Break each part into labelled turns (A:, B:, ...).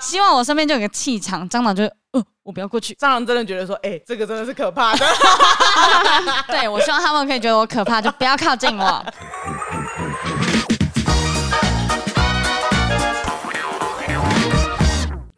A: 希望我身边就有个气场，蟑螂就会呃，我不要过去。
B: 蟑螂真的觉得说，哎、这个真的是可怕 的。
A: 对我希望他们可以觉得我可怕，就不要靠近我。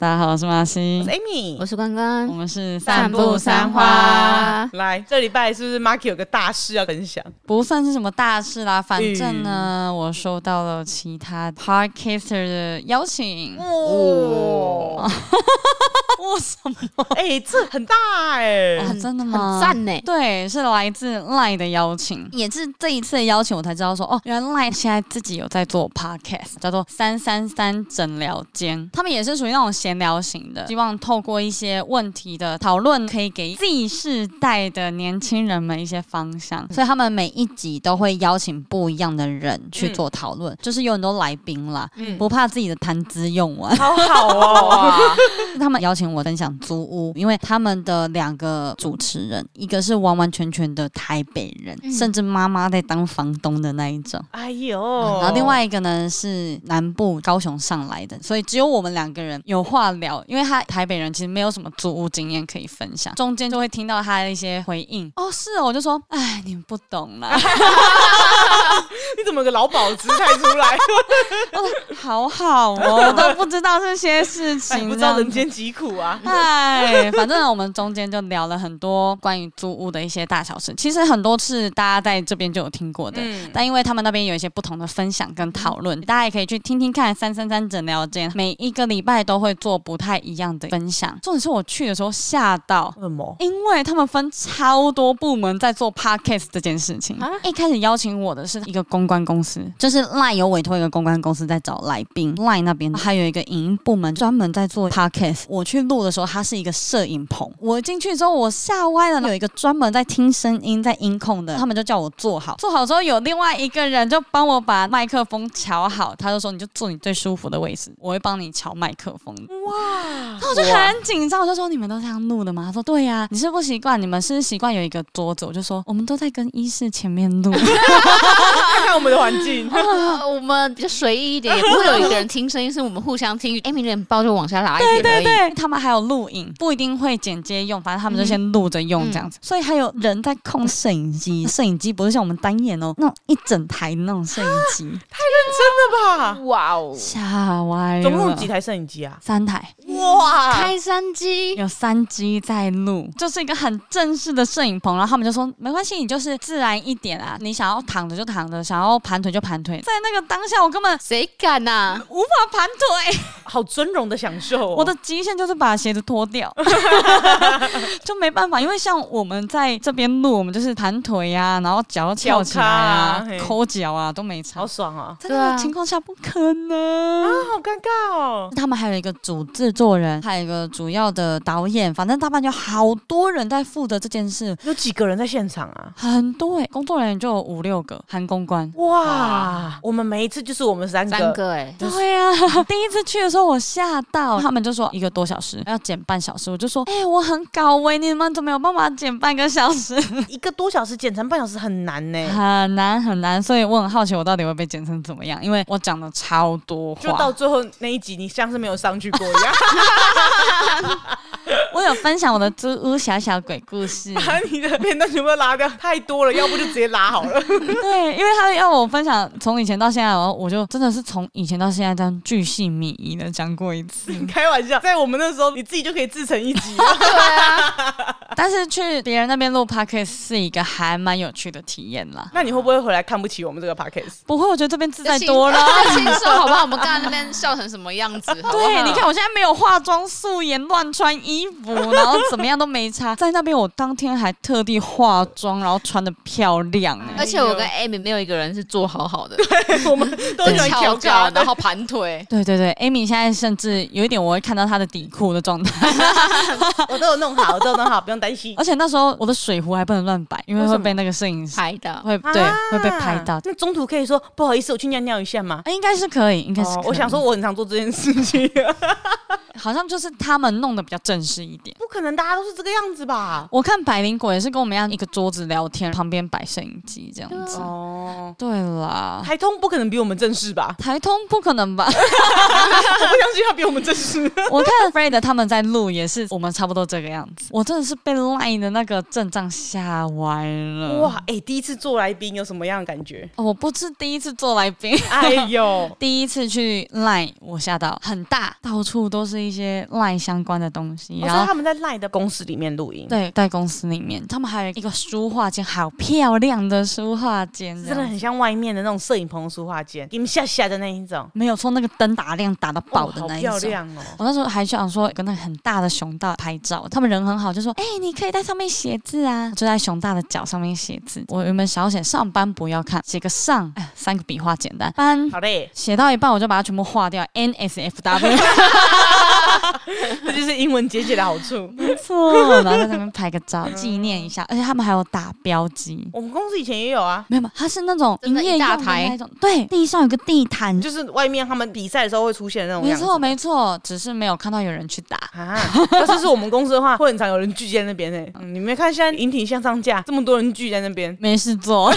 A: 大家好，我是马西，
B: Amy，
C: 我是关
A: 我
C: 关，
A: 们是
C: 散步三花
B: 来，这礼拜是不是 Marky 有个大事要分享？
A: 不算是什么大事啦，反正呢，我收到了其他 podcaster 的邀请。
C: 嗯
B: 哦，
A: 哇什么？
B: 哎、这很大哎、
A: 哦真的吗
C: 嗯很赞呢。
A: 对，是来自赖的邀请，也是这一次的邀请，我才知道说，哦，原来赖现在自己有在做 podcast，叫做“三三三诊疗间”，他们也是属于那种闲聊型的，希望透过一些问题的讨论，可以给 Z 世代的年轻人们一些方向。所以他们每一集都会邀请不一样的人去做讨论，就是有很多来宾啦，
B: 嗯，
A: 不怕自己的谈资用完。
B: 好好哦，
A: 他们邀请我分享租屋，因为他们的两个主持人，一个是完完全全的台北人，
C: 嗯
A: 甚至妈妈在当房东的那一种。嗯
B: 哎呦，
A: 然后另外一个呢是南部高雄上来的，所以只有我们两个人有话聊，因为他台北人其实没有什么租屋经验可以分享，中间就会听到他的一些回应。哦，是哦，我就说，哎，你们不懂啦，
B: 你怎么有个老鸨姿态出来？
A: 好好哦，我都不知道这些事
B: 哎
A: 情，
B: 不知道
A: 这样
B: 人
A: 子
B: 间疾苦啊！
A: 哎，反正我们中间就聊了很多关于租屋的一些大小事，其实很多是大家在这边就有听过的。
B: 嗯，
A: 但因为他们那边有一些不同的分享跟讨论，大家也可以去听听看三三三诊疗间，每一个礼拜都会做不太一样的分享。重点是我去的时候吓到，
B: 恶魔
A: 因为他们分超多部门在做 podcast 这件事情。
C: 啊
A: 一开始邀请我的是一个公关公司，就是 LINE 有委托一个公关公司在找来宾，LINE 那边还有一个影音部门专门在做 podcast。我去录的时候，它是一个摄影棚，我进去之后我吓歪了，有一个专门在听声音、在音控的，他们就叫我坐好，坐好之后有另外一个人就帮我把麦克风调好，他就说你就坐你最舒服的位置，我会帮你调麦克风的
B: 哇，
A: 我就很紧张，我就说你们都这样录的吗？他说对呀、你是不习惯，你们是习惯有一个桌子。我就说我们都在跟医师前面 录，
B: 看看我们的环 境，
C: 呃 我们比较随意一点，也不会有一个人听声音，是我们互相听。Amy 脸包就往下拉一点而已。
A: 对，他们还有录影，不一定会剪接用，反正他们就先录着用这样子。所以还有人在控摄影 机，摄影机不是像我们单眼哦，那种一整台那种摄影机，
B: 真的吧？
C: 哇哦，
A: 吓歪
B: 总共有几
A: 了。
B: 台摄影机啊？
A: 三台
B: 哇，
C: 开山机，
A: 有三机在录，就是一个很正式的摄影棚，然后他们就说没关系，你就是自然一点啊，你想要躺着就躺着，想要盘腿就盘腿。在那个当下，我根本
C: 谁敢啊呐？
A: 无法盘腿，
B: 好尊荣的享受哦！
A: 我的极限就是把鞋子脱 掉， 就没办法，因为像我们在这边录，我们就是盘腿呀、然后脚翘起来
B: 脚
A: 啊
B: 咖啊嘿、
A: 抠脚啊都没差
B: 好，爽啊！
A: 在那
C: 对啊
A: 个情况下不可能。
B: 啊，好尴尬哦！
A: 他们还有一个主制作人，还有一个主要的导演，反正大半就好多人在负责这件事，
B: 有几个人在现场啊？
A: 很多欸工作人员就有五六个，含公关。
B: 哇，我们每一次就是我们三个，
C: 三个哎，
B: 就是
A: 对呀、第一次去的时候我吓到，他们就说一个多小时要减半小时，我就说， 哎、我很搞喂，你们怎么有办法减半个小时？
B: 一个多小时剪成半小时很难呢、
A: 很难很难，所以我很好奇我到底会被减成怎么样，因为我讲了超多
B: 就到
A: 话，
B: 最后那一集，你像是没有上去过一样，，
A: 我有分享我的租屋小小鬼故事
B: 把你的片段全部拉掉，太多了，要不就直接拉好 了。
A: 对，因为他要我分享从以前到现在，然后我就真的是从以前到现在这样巨细靡遗的讲过一 次，
B: 开玩笑，在我们那时候，你自己就可以自成一 集了。
C: 对啊，
A: 但是去别人那边录 podcast 是一个还蛮有趣的体验啦。
B: 那你会不会回来看不起我们这个 podcast？
A: 不会，我觉得这边自在多了。
C: 轻松好不好？我们刚才那边笑成什么样 子？好不好
A: 对，你看，我现在没有化妆、素颜、乱穿衣服，然后怎么样都没差。 在那边，我当天还特地化妆，然后穿的漂亮、欸。
C: 而且我跟 Amy 没有一个人是坐好好 的，
B: 我们都喜欢调
C: 翘
B: 侃
C: 脚，
B: 的
C: 然，后盘腿。
A: 对对对，Amy 现在甚至有一点我会看到她的底裤的状 态，
B: 我都有弄好，我都有弄好，不用担心。
A: 而且那时候我的水壶还不能乱摆，因为
B: 为什
A: 会
B: 么
A: 被那个摄影师
C: 拍的，
A: 会 对
B: 啊
A: 会被拍到。
B: 那中途可以说不好意思，我去尿尿一下吗？
A: 哎，应该是可以，应该是
B: 哦
A: 可以。
B: 我想说，我很常做这件事情。
A: 好像就是他们弄得比较正式一点。
B: 不可能大家都是这个样子吧？
A: 我看百灵果也是跟我们一样，一个桌子聊天，旁边摆摄影机这样
C: 对啊
A: 子。
B: 哦，
A: 对啦，？
B: 台通不可能比我们正式吧
A: 台通不可能吧？
B: 我不相信他比我们正式。
A: 我看 Fred 他们在录也是我们差不多这个样子。我真的是被 Line 的那个阵仗吓歪了。？
B: 哇，哎、第一次做来宾有什么样的感觉
A: 哦！我不是第一次做来宾，
B: 哎呦，
A: 第一次去 Line 我吓到，很大，到处都是一些 Line 相关的东西，
B: 我
A: 然
B: 说
A: 后
B: 他们在赖的公司里面录音，
A: 对，在公司里面，他们还有一个书画间，好漂亮的书画间，
B: 真的很像外面的那种摄影棚、书画间，你们下下的那一种，
A: 没有错，那个灯打亮打到爆的
B: 哦
A: 那
B: 好
A: 一种。
B: 漂亮哦。
A: 我那时候还想说跟那个很大的熊大拍照，他们人很好，就说：“哎、你可以在上面写字啊。”就在熊大的脚上面写字。我原本想要写上班不要看，写个上，哎，三个笔画简单。班
B: 好嘞，
A: 写到一半我就把它全部划掉，N S F W。
B: 这就是英文姐姐的好处。
A: 没错，然后在那边拍个照纪念一下，而且他们还有打标记。
B: 我们公司以前也有啊，
A: 没有，没有，它是那种
C: 真
A: 营
C: 的
A: 业
C: 一大
A: 用的
C: 排
A: 那种，对，地上有个地毯，
B: 就是外面他们比赛的时候会出现的那种
A: 没
B: 样子。
A: 错没错，只是没有看到有人去打。
B: 啊，要是是我们公司的话，会很常有人聚在 那边诶、嗯你没看现在引体向上架这么多人聚在那边，
A: 没事做，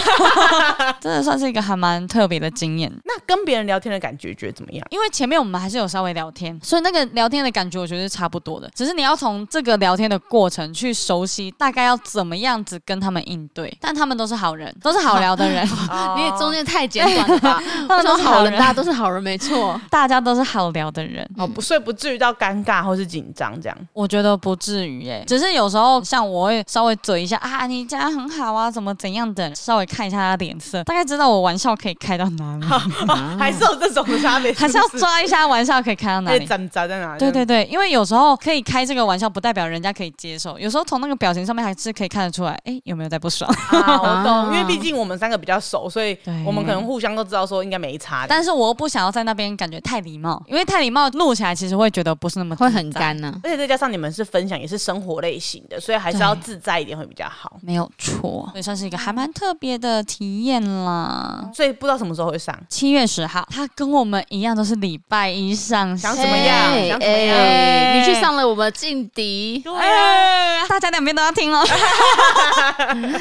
A: 真的算是一个还蛮特别的经验。
B: 那跟别人聊天的感觉觉得怎么样？
A: 因为前面我们还是有稍微聊天，所以那个聊天的感觉我觉得是差不多的，只是你要从这个聊天的过程去熟悉大概要怎么样子跟他们应对。但他们都是好人，都是好聊的 人，
B: 哦
C: 你也中间太简短了吧？
A: 他们
C: 这
A: 都
C: 种
A: 是
C: 好
A: 好
C: 人，
A: 人，
C: 大家 都是好人，没错。
A: 大家都是好聊的人。
B: 哦，不，所以不至于到尴尬或是紧张这样。
A: 我觉得不至于诶、只是有时候像我会稍微嘴一下啊，你这样很好啊，怎么怎样的，稍微看一下他脸色，大概知道我玩笑可以开到哪 里，
B: 还是有这种的差别，
A: 啊 还是要抓一下玩笑可以开到哪
B: 那
A: 里。
B: 怎么砸哎在哪里？
A: 对对对，因为有时候可以开这个玩笑，不代表人家可以接受。有时候从那个表情上面还是可以看得出来，哎，有没有在不爽？
B: 啊，我懂，
C: 啊
B: 因为毕竟我们三个比较熟，所以
A: 对
B: 我们可能互相都知道说应该没差。
A: 但是我又不想要在那边感觉太礼貌，因为太礼貌录起来其实会觉得不是那么
C: 会
A: 自
C: 很
A: 在。
C: 干啊呢、
B: 而且再加上你们是分享，也是生活类型的，所以还是要自在一点会比较好。
A: 没有错，所以算是一个还蛮特别的体验啦。
B: 所以不知道什么时候会上，
A: 七月十号，他跟我们一样都是礼拜一上线
B: 想怎么样
C: 哎
B: 想怎么样
C: 哎你去上了我们劲 敌，
A: 哎，大家两边都要听哦。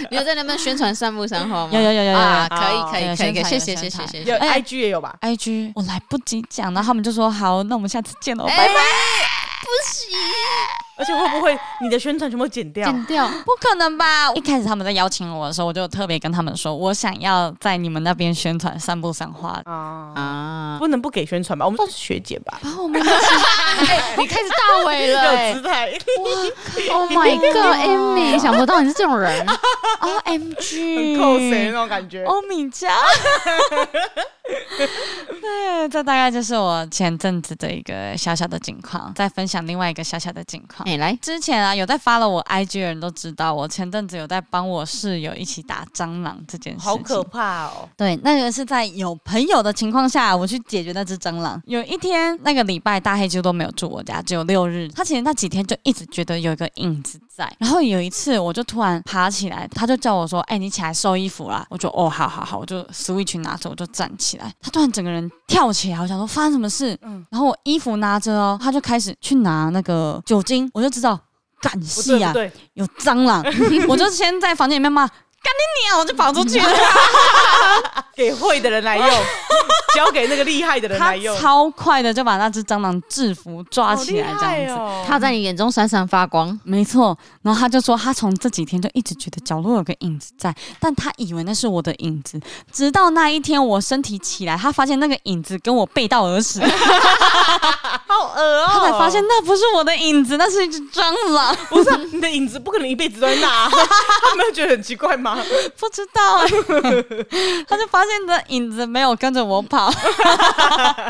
C: 你有在那边宣传散步三花吗？
A: 有有有有有
C: 啊，
A: 有。
C: 可以
B: 哦
C: 可
A: 有
C: 以可
A: 宣
C: 以可以，
A: 传
C: 谢
A: 有
C: 谢谢
A: 宣
C: 谢
A: 传
C: 谢
B: 有
C: 谢。
A: 哎
B: IG 也有吧？
A: IG 我来不及讲，然后他们就说好，那我们下次见喽，拜
C: 哎
A: 拜。
B: 而且会不会你的宣传全部剪掉？
C: 剪掉，
A: 不可能 吧！一开始他们在邀请我的时候，我就特别跟他们说，我想要在你们那边宣传散步散花。
B: 啊、
C: 啊！
B: 不能不给宣传吧？我们算是学姐吧，
A: 然后我 们哎
C: 你开始大尾了、
B: 有
C: 哎
B: 姿态。
C: Oh my
B: 哦
C: God，Amy，想不到你是这种人。
A: ，O 哦 M G，
B: 很扣谁欸那种感觉。
A: 欧米茄。 对，这大概就是我前阵子的一个小小的情况，再分享另外一个小小的情况
B: 嗯
C: 哎、。来，
A: 之前啊，有在发了我 IG 的人都知道，我前阵子有在帮我室友一起打蟑螂这件事情。
B: 好可怕哦！
A: 对，那个是在有朋友的情况下，我去解决那只蟑螂。有一天，那个礼拜大黑几乎都没有住我家，只有六日。他其实那几天就一直觉得有一个影子在。然后有一次，我就突然爬起来，他就叫我说：“哎、你起来收衣服啦！”我就哦，好好好，我就 switch 拿着，我就站起来。他突然整个人跳起来，我想说发生什么事？
B: 嗯
A: 然后我衣服拿着哦，他就开始去拿那个酒精，我就知道。感
B: 不
A: 谢
B: 对不
A: 啊，
B: 对，
A: 有蟑螂， 我就先在房间里面骂，干你娘！我就跑出去了。
B: 给会的人来用，交给那个厉害的人来
A: 他
B: 用，
A: 超快的就把那只蟑螂制服抓起来，这样子。
B: 子
C: 他在你眼中闪闪发光。
A: 没错，然后他就说，他从这几天就一直觉得角落有个影子在，但他以为那是我的影子，直到那一天我身体起来，他发现那个影子跟我背道而 驰，
B: 好恶哦！
A: 他才发现那不是我的影子，那是一只蟑 螂。
B: 不是啊你的影子，不可能一辈子都在那啊，他没有觉得很奇怪吗？
A: 不知道、哎，他就发现的影子没有跟着我 跑，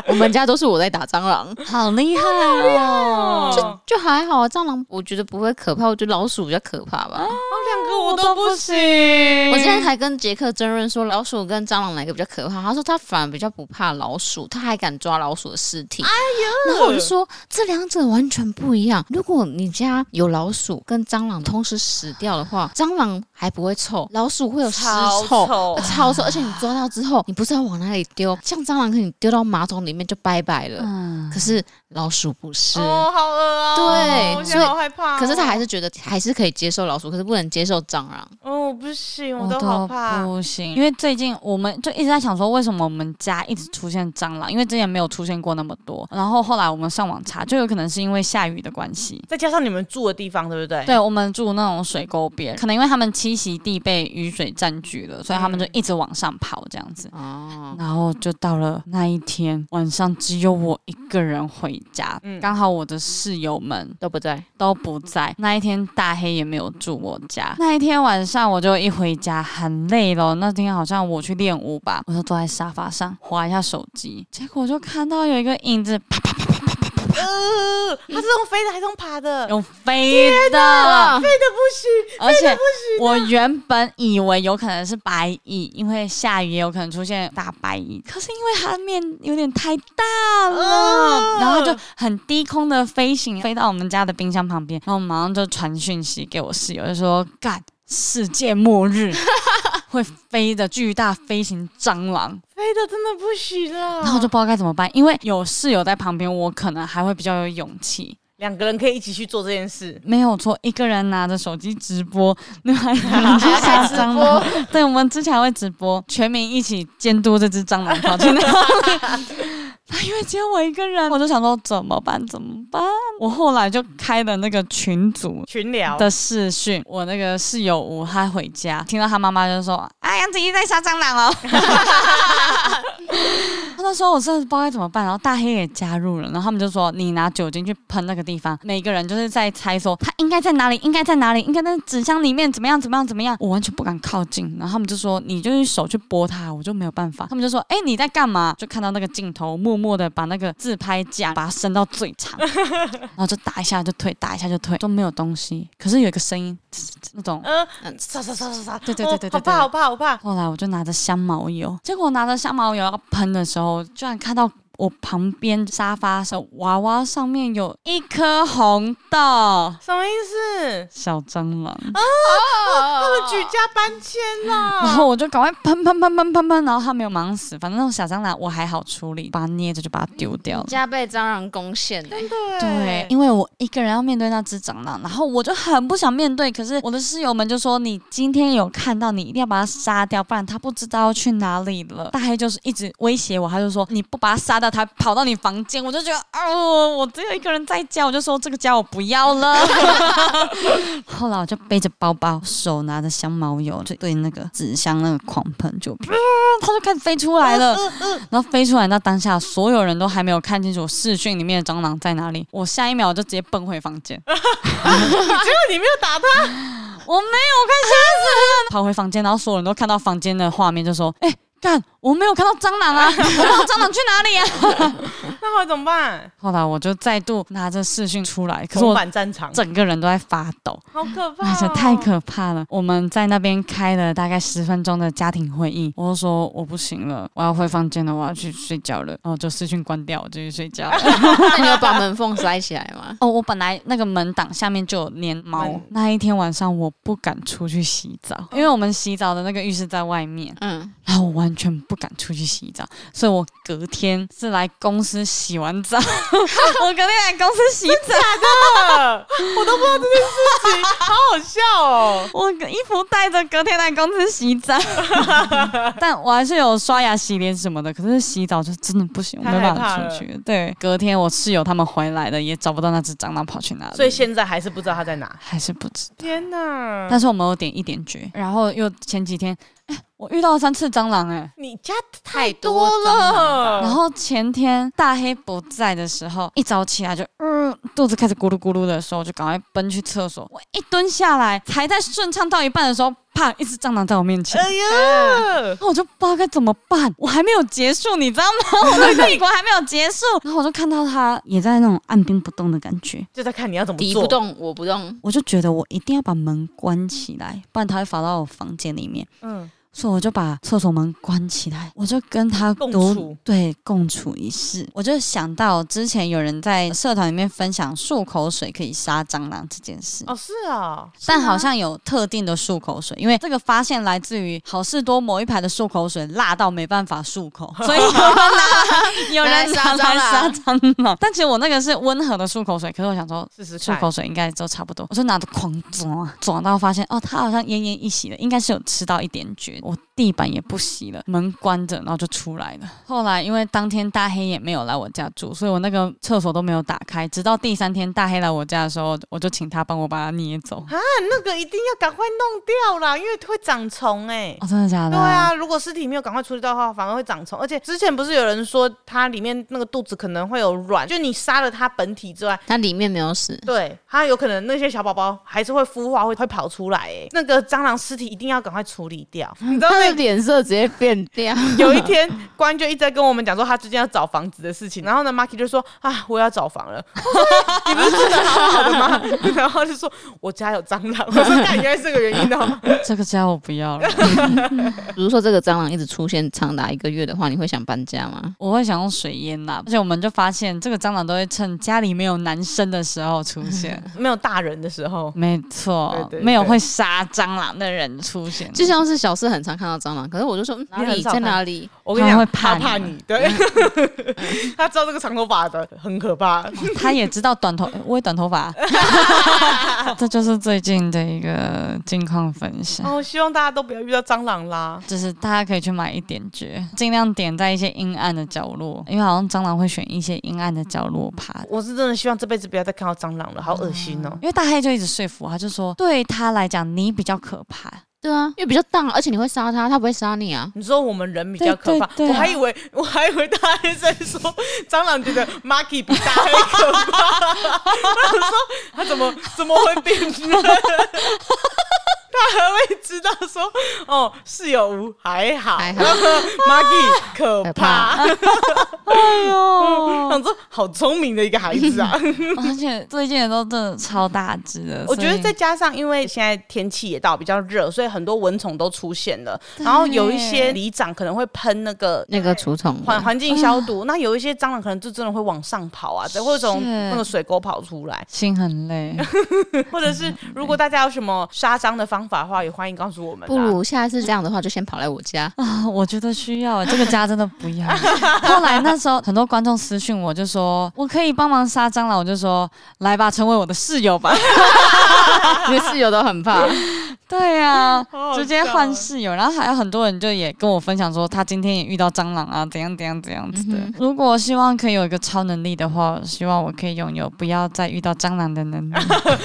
C: 我们家都是我在打蟑螂，
A: 好厉害哦！
B: 哦，
C: 就还好啊。蟑螂我觉得不会可怕，我觉得老鼠比较可怕吧。
B: 哦两个个我都不行。
A: 嗯
C: 我今天还跟杰克争论说，老鼠跟蟑螂哪个比较可怕？他说他反而比较不怕老鼠，他还敢抓老鼠的尸体。哎呀！然后我就说这两者完全不一样。如果你家有老鼠跟蟑螂同时死掉的话，蟑螂还不会臭，老鼠会有尸
B: 超
C: 臭，
B: 臭
C: 呃超臭。而且你抓到之后，你不知道往哪里丢，像蟑螂可以丢到马桶里面就拜拜了，
A: 嗯，
C: 可是老鼠不是。
B: 哦，好恶哦，
C: 对
B: 我现在好害怕哦、
C: 可是他还是觉得还是可以接受老鼠，可是不能接受蟑螂。
B: 哦，我不行，
A: 我
B: 我都好怕。
A: 不行，因为最近我们就一直在想说，为什么我们家一直出现蟑螂？因为之前没有出现过那么多。然后后来我们上网查，就有可能是因为下雨的关系。
B: 再加上你们住的地方，对不对？
A: 对我们住那种水沟边，可能因为他们栖息地被雨水占据了，所以他
B: 嗯
A: 们就一直往上跑这样子。
C: 哦，
A: 然后就到了那一天晚上，只有我一个人回家，
B: 嗯
A: 刚好我的室友们
C: 都不在。
A: 都不在。那一天大黑也没有住我家。那一天晚上我就一回家很累咯，那天好像我去练舞吧，我就坐在沙发上划一下手机，结果就看到有一个影子啪
B: 呃，它是用飞的还是用 爬的？
A: 有飞的，
C: 啊，
A: 而且我原本以为有可能是白蚁，因为下雨也有可能出现大白蚁，可是因为它面有点太大了，
B: 嗯
A: 然后就很低空的飞行，飞到我们家的冰箱旁边，然后我马上就传讯息给我室友，就说干世界末日。会飞的巨大飞行蟑螂，
B: 飞的真的不行啊了。
A: 然后我就不知道该怎么办，因为有室友在旁边，我可能还会比较有勇气。
B: 两个人可以一起去做这件事。
A: 没有错，一个人拿着手机直播， 另外一个人去
C: 还
A: 杀
C: 要开
A: 蟑
C: 直
A: 螂
C: 播。
A: 对，我们之前还会直播，全民一起监督这只蟑螂跑去哪里。 那因为只有我一个人，我就想说怎么办？怎么办？我后来就开了那个群组。
B: 群聊，
A: 的视讯，我那个室友吴他回家，听到他妈妈就说：“哎，杨子怡在杀蟑螂哦。”他那时候我真的不知道该怎么办，然后大黑也加入了，然后他们就说：“你拿酒精去喷那个地方。”每个人就是在猜说他应该在哪里，应该在哪里，应该在纸箱里面，怎么样，怎么样，怎么样。我完全不敢靠近，然后他们就说：“你就用手去拨它。”我就没有办法。他们就说：“哎、你在干嘛？”就看到那个镜头，默默的把那个自拍架把它伸到最长，然后就打一下就退，打一下就退，都没有东西。可是有一个声音，呲呲那种。
B: 嗯
C: 嗯，
B: 杀杀杀杀杀，
A: 对对
B: 哦
A: 对对对
B: 好怕好怕好怕，
A: 后来我就拿着香茅油，结果我拿着香茅油要喷的时候，居然看到我旁边沙发上娃娃上面有一颗红豆
B: 什么意思？
A: 小蟑螂，
B: 他们举家搬迁
A: 然
B: 啦！
A: 后我就赶快喷喷喷喷喷喷，然后它没有忙死，反正那种小蟑螂我还好处理，把它捏着就把它丢掉了。
C: 加倍蟑螂攻陷、 欸，
A: 对，因为我一个人要面对那只蟑螂，然后我就很不想面对。可是我的室友们就说：“你今天有看到，你一定要把它杀掉，不然它不知道要去哪里了。”大黑就是一直威胁我，他就说：“你不把它杀掉，它跑到你房间。”我就觉得，哦，我只有一个人在家，我就说这个家我不要了。后来我就背着包包，手拿着香茅油，就对那个纸箱那个狂喷，就、呃、它就开始飞出来了。然后飞出来那当下，所有人都还没有看清楚视讯里面的蟑螂在哪里。我下一秒就直接奔回房间，
B: 结果你没有打他，
A: 我没有，我快吓死了！跑回房间，然后所有人都看到房间的画面，就说：“哎、干，我没有看到蟑螂啊，我不知道蟑螂去哪里啊
B: 那后来怎么办？！”
A: 后来我就再度拿着视讯出来，可是
B: 重
A: 我
B: 返战场，
A: 整个人都在发抖。
B: 好可怕
A: 而
B: 哦！
A: 且太可怕了！我们在那边开了大概十分钟的家庭会议，我就说我不行了，我要回房间了，我要去睡觉了，然后就视讯关掉，我就去睡觉了。
C: 那你有把门缝塞起来 吗？
A: 哦，我本来那个门挡下面就有粘毛
B: 门，
A: 那一天晚上我不敢出去洗澡，因为我们洗澡的那个浴室在外面，
C: 嗯，
A: 然后我完全不敢出去洗澡，所以我隔天是来公司洗完澡， 我隔天来公司洗澡，
B: 了， 我都不知道这件事情，好好笑 哦！
A: 我衣服带着，隔天来公司洗澡， 但我还是有刷牙、洗脸什么的。可是洗澡就真的不行，我
B: 太
A: 没办
B: 害怕
A: 法
B: 了
A: 出去。对，隔天我室友他们回来了，也找不到那只蟑螂跑去哪里，
B: 所以现在还是不知道他在哪。
A: 还是不知道。
B: 天哪！
A: 但是我们有点一点绝，然后又前几天，哎，我遇到了三次蟑螂、哎。
B: 你家
C: 太
B: 多了，
A: 然后前天大黑不在的时候，一早起来就嗯、呃肚子开始咕噜咕噜的时候，我就赶快奔去厕所。我一蹲下来，才在顺畅到一半的时候，啪！怕有一只蟑螂在我面前。
B: 哎呀，
A: 然后我就不知道该怎么办，我还没有结束，你知道吗？我的帝国还没有结束，然后我就看到他也在那种按兵不动的感觉，
B: 就在看你要怎么
C: 敌
B: 做。
C: 不动我不动，
A: 我就觉得我一定要把门关起来，不然他会跑到我房间里面，
B: 嗯，
A: 所以我就把厕所门关起来，我就跟他
B: 共
A: 独
B: 处
A: 对共处一室。我就想到之前有人在社团里面分享漱口水可以杀蟑螂这件事，
B: 哦，是啊，
A: 但好像有特定的漱口水，因为这个发现来自于好事多某一排的漱口水辣到没办法漱 口，所以有人拿有人拿 来杀蟑螂。但其实我那个是温和的漱口水，可是我想说。
B: 试试
A: 漱
B: 看。
A: 口水应该都差不多，我就拿着狂抓，抓到发现哦，它好像奄奄一息了，应该是有吃到一点菌。我地板也不洗了，门关着，然后就出来了。后来因为当天大黑也没有来我家住，所以我那个厕所都没有打开，直到第三天大黑来我家的时候，我就请他帮我把它捏走。
B: 啊，那个一定要赶快弄掉啦，因为会长虫哎、
A: 哦，真的假的？
B: 对啊，如果尸体没有赶快处理掉的话，反而会长虫。而且之前不是有人说它里面那个肚子可能会有卵，就你杀了它本体之外，
C: 它里面没有死。
B: 对它有可能那些小宝宝还是会孵化，会会跑出来、欸。那个蟑螂尸体一定要赶快处理掉。 你知道
C: 他
B: 那
C: 的脸色直接变掉，
B: 有一天，关就一直在跟我们讲说他最近要找房子的事情，然后呢，Marky 就说啊，我也要找房了。 我说你不是住的好好的吗？ 然后他就说我家有蟑螂。 我说那原来是这个原因，你知道吗？
A: 这个家我不要 了，
C: 比如说这个蟑螂一直出现长达一个月的话，你会想搬家吗？
A: 我会想用水淹呐、而且我们就发现，这个蟑螂都会趁家里没有男生的时候出 现。
B: 没有大人的时候，
A: 没错，
B: 对对对
A: 没有会杀蟑螂的人出现，
C: 就像是小四很常看到蟑螂，可是我就说嗯哪
B: 你很
C: 里
B: 少
C: 在
B: 看
C: 哪里，
B: 我跟你讲，
A: 他会怕
B: 怕
A: 你
B: 你，嗯对， 他知道这个长头发的很可怕。
A: 他也知道短头，我也短头 发，这就是最近的一个近况分享。
B: 哦，希望大家都不要遇到蟑螂啦。
A: 就是大家可以去买一点绝，尽量点在一些阴暗的角落，因为好像蟑螂会选一些阴暗的角落爬。
B: 我是真的希望这辈子不要再看到蟑螂了，好恶心哦。
A: 因为大黑就一直说服我他，就说对他来讲你比较可怕，
C: 对啊，因为比较大，而且你会杀它，它不会杀你啊。
B: 你说我们人比较可怕，
A: 对对对
B: 我还以为我还以为大黑在说蟑螂觉得 Marky 比大黑可怕，我想说他怎么怎么会变 呢？他还会知道说哦室友无还好，
C: 还 好
B: Marky 可
C: 可
B: 怕，
C: 怕
A: 哎呦
B: 想说好聪明的一个孩子啊！
A: 而且最近的都真的超大只的，
B: 我觉得
A: 所以
B: 再加上因为现在天气也到比较热，所以很多蚊虫都出现了，然后有一些里长可能会喷那个
C: 那个除虫
A: 嗯
B: 环
C: 的，
B: 环境消
A: 啊
B: 毒，那有一些蟑螂可能就真的会往上跑啊，或者从那个水沟跑出来，
A: 心很累。
B: 或者
A: 嗯
B: 是如果大家有什么杀蟑的方法的话，也欢迎告诉我们、啊。
C: 不如下次这样的话，就先跑来我家。
A: 啊，我觉得需要这个家真的不要。后来那时候很多观众私讯我，就说我可以帮忙杀蟑螂，我就说来吧，成为我的室友吧。
C: 你室友都很怕，
A: 对呀、
B: 好好
A: 直接
B: 笑
A: 换
B: 哦
A: 室友。然后还有很多人就也跟我分享说，他今天也遇到蟑螂啊，怎样怎样怎样子的。
C: 嗯
A: 如果希望可以有一个超能力的话，希望我可以拥有不要再遇到蟑螂的能 力。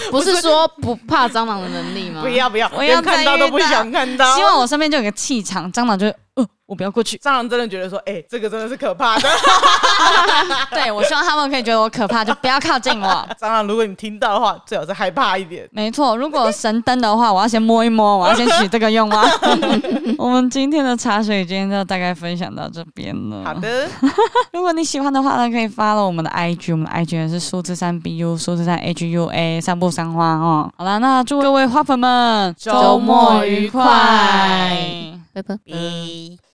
C: 不是说不怕蟑螂的能力吗？
B: 不，要不要，
A: 我要
B: 连看到都不想看到。
A: 希望我身边就有个气场，蟑 螂就会呃，我不要过去。
B: 蟑螂真的觉得说，哎、这个真的是可怕的。
A: 对我希望他们可以觉得我可怕，就不要靠近我。
B: 蟑螂，如果你听到的话，最好是害怕一点。
A: 没错，如果神灯的话，我要先摸一摸，我要先取这个用吗？啊 我们今天的茶水间就大概分享到这边了。
B: 好，的，
A: 如果你喜欢的话呢，可以发了我们的 IG，我们的 IG 是数字三 BU，数字三 HUA，散步三花哦。好啦，那祝各位花粉们
B: 周末愉快
A: 嗯
C: 拜拜。
B: 拜。